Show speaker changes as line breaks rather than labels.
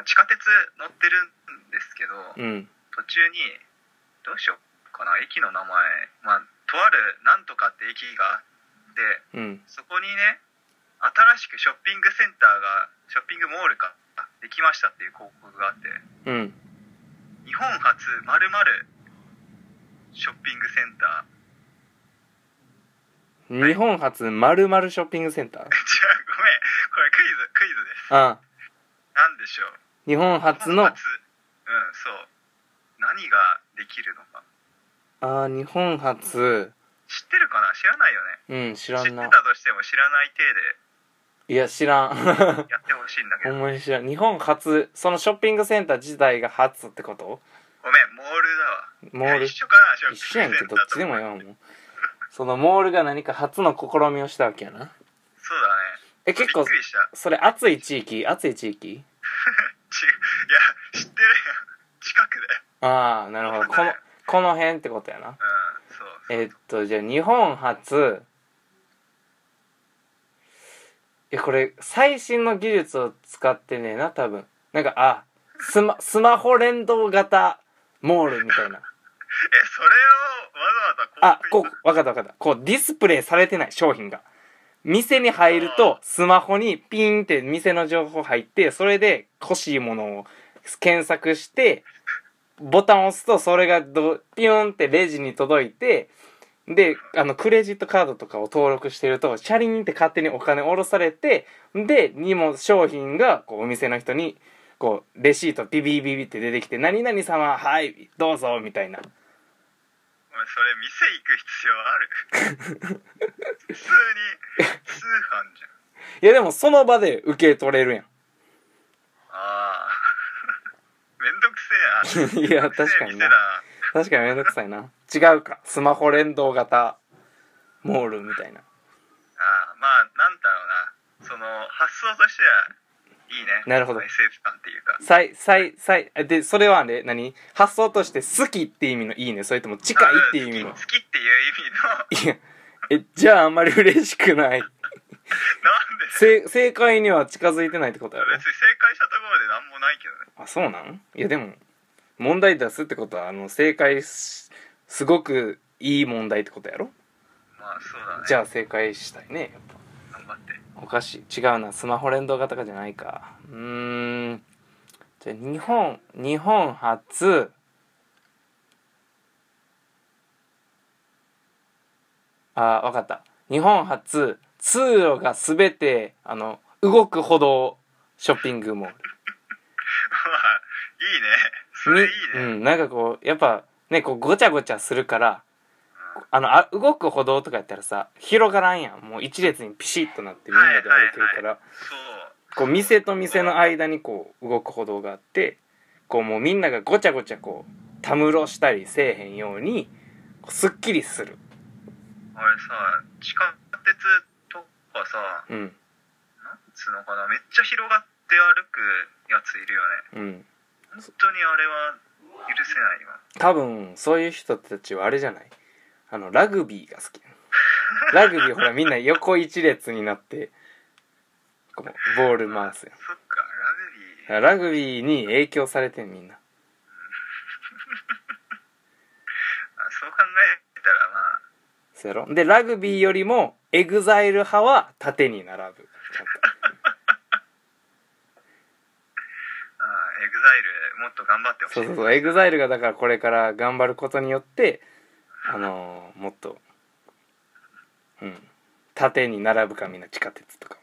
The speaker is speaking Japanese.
乗ってるんですけど、
うん
途中にどうしようかな駅の名前まあとあるなんとかって駅があって
うん
そこにね新しくショッピングセンターがショッピングモールかできましたっていう広告があって
うん
日本初まるまるショッピングセンター
日本初まるまるショッピングセンタ
違うごめん
ー
これクイズクイズです
あ
なんでしょう
日本初の
日本初うんそう何ができるのか
あー日本初
知ってるかな知らないよね
うん知
知
ら
って
んな
たとしても知らない体
いや知らん
でやってほしいんだけ
ほ
ど
んまに知らん日本初そのショッピングセンター自体が初ってこと
ごめんモールだわ
モール
一緒かなショッ
一緒やん
ピ
け
ングセンタ
ど
ー
っ
と
ちでもやんもんそのモールが何か初の試みをしたわけやな
そうだね
え結構
びっくりした
それ暑い地域暑い地域
ちいや知ってるやん近くで
ああなるほどこのこの辺ってことやな
うんそうそう
えっとじゃあ日本初えこれ最新の技術を使ってねえな多分なんかあスマスマホ連動型モールみたい
えそれを
な
わざわ
あ
ざ
こ
広告
うわかったわかったこうディスプレイされてない商品が店に入るとスマホにピンって店の情報入ってそれで欲しいものを検索してボタンを押すとそれがどピュンってレジに届いてであのクレジットカードとかを登録してるとシャリンって勝手にお金下ろされてでにも商品がこうお店の人にこうレシートビビビビって出てきて「何々様はいどうぞ」みたいな
お前それ店行く必要ある普通に通販じゃん
いやでもその場で受け取れるやん
ああ めんどくせえな
いや確かに
めんどくせえ店
な
だな
確かにめんどくさいな違うかスマホ連動型モールみたいな
あーまあなんだろうなその発想としてはいいね
なるほど
SF 感っていうか
最最最でそれはね何発想として好きって意味のいいねそれとも近いっていう意味の
あ好き好きっていう意味の なんで
いやえじゃああんまり嬉しくないせ正解には近づいてないってことやろ
別に正解したところでなんもないけどね
あそうなんいやでも問題出すってことはあの正解しすごくいい問題ってことやろ
まあそうだね
じゃあ正解したいねやっぱ
頑張って
おかしい違うなスマホ連動型かじゃないかうーんじゃあ日本日本初あわかった日本初通路が全てあの動く歩道ショッピングモール
まあいいねそれいいね、
うん、なんかこうやっぱねこうごちゃごちゃするからあのあ動く歩道とかやったらさ広がらんやんもう一列にピシッとなってみんなで歩ける
は
から、
いはいはいそう
こう店と店の間にこう動く歩道があってこうもうみんながごちゃごちゃこうたむろしたりせえへんようにこうすっきりする
あれさ地下鉄とかさ
うん
なんつうのかなめっちゃ広がって歩くやついるよね
うん
本当にあれは許せないわ
多分そういう人たちはあれじゃないあのラグビーが好きラグビーほらみんな横一列になってこうボール回すやん
そっかラグビー
ラグビーに影響されてんみんな
あそう考えたらまあ
そうやろでラグビーよりもエグザイル派は縦に並ぶちゃんと
あエグザイルもっと頑張ってほし
そう
い
そうそうエグザイルがだからこれから頑張ることによってあのーもっとうん縦に並ぶかみんな地下鉄とか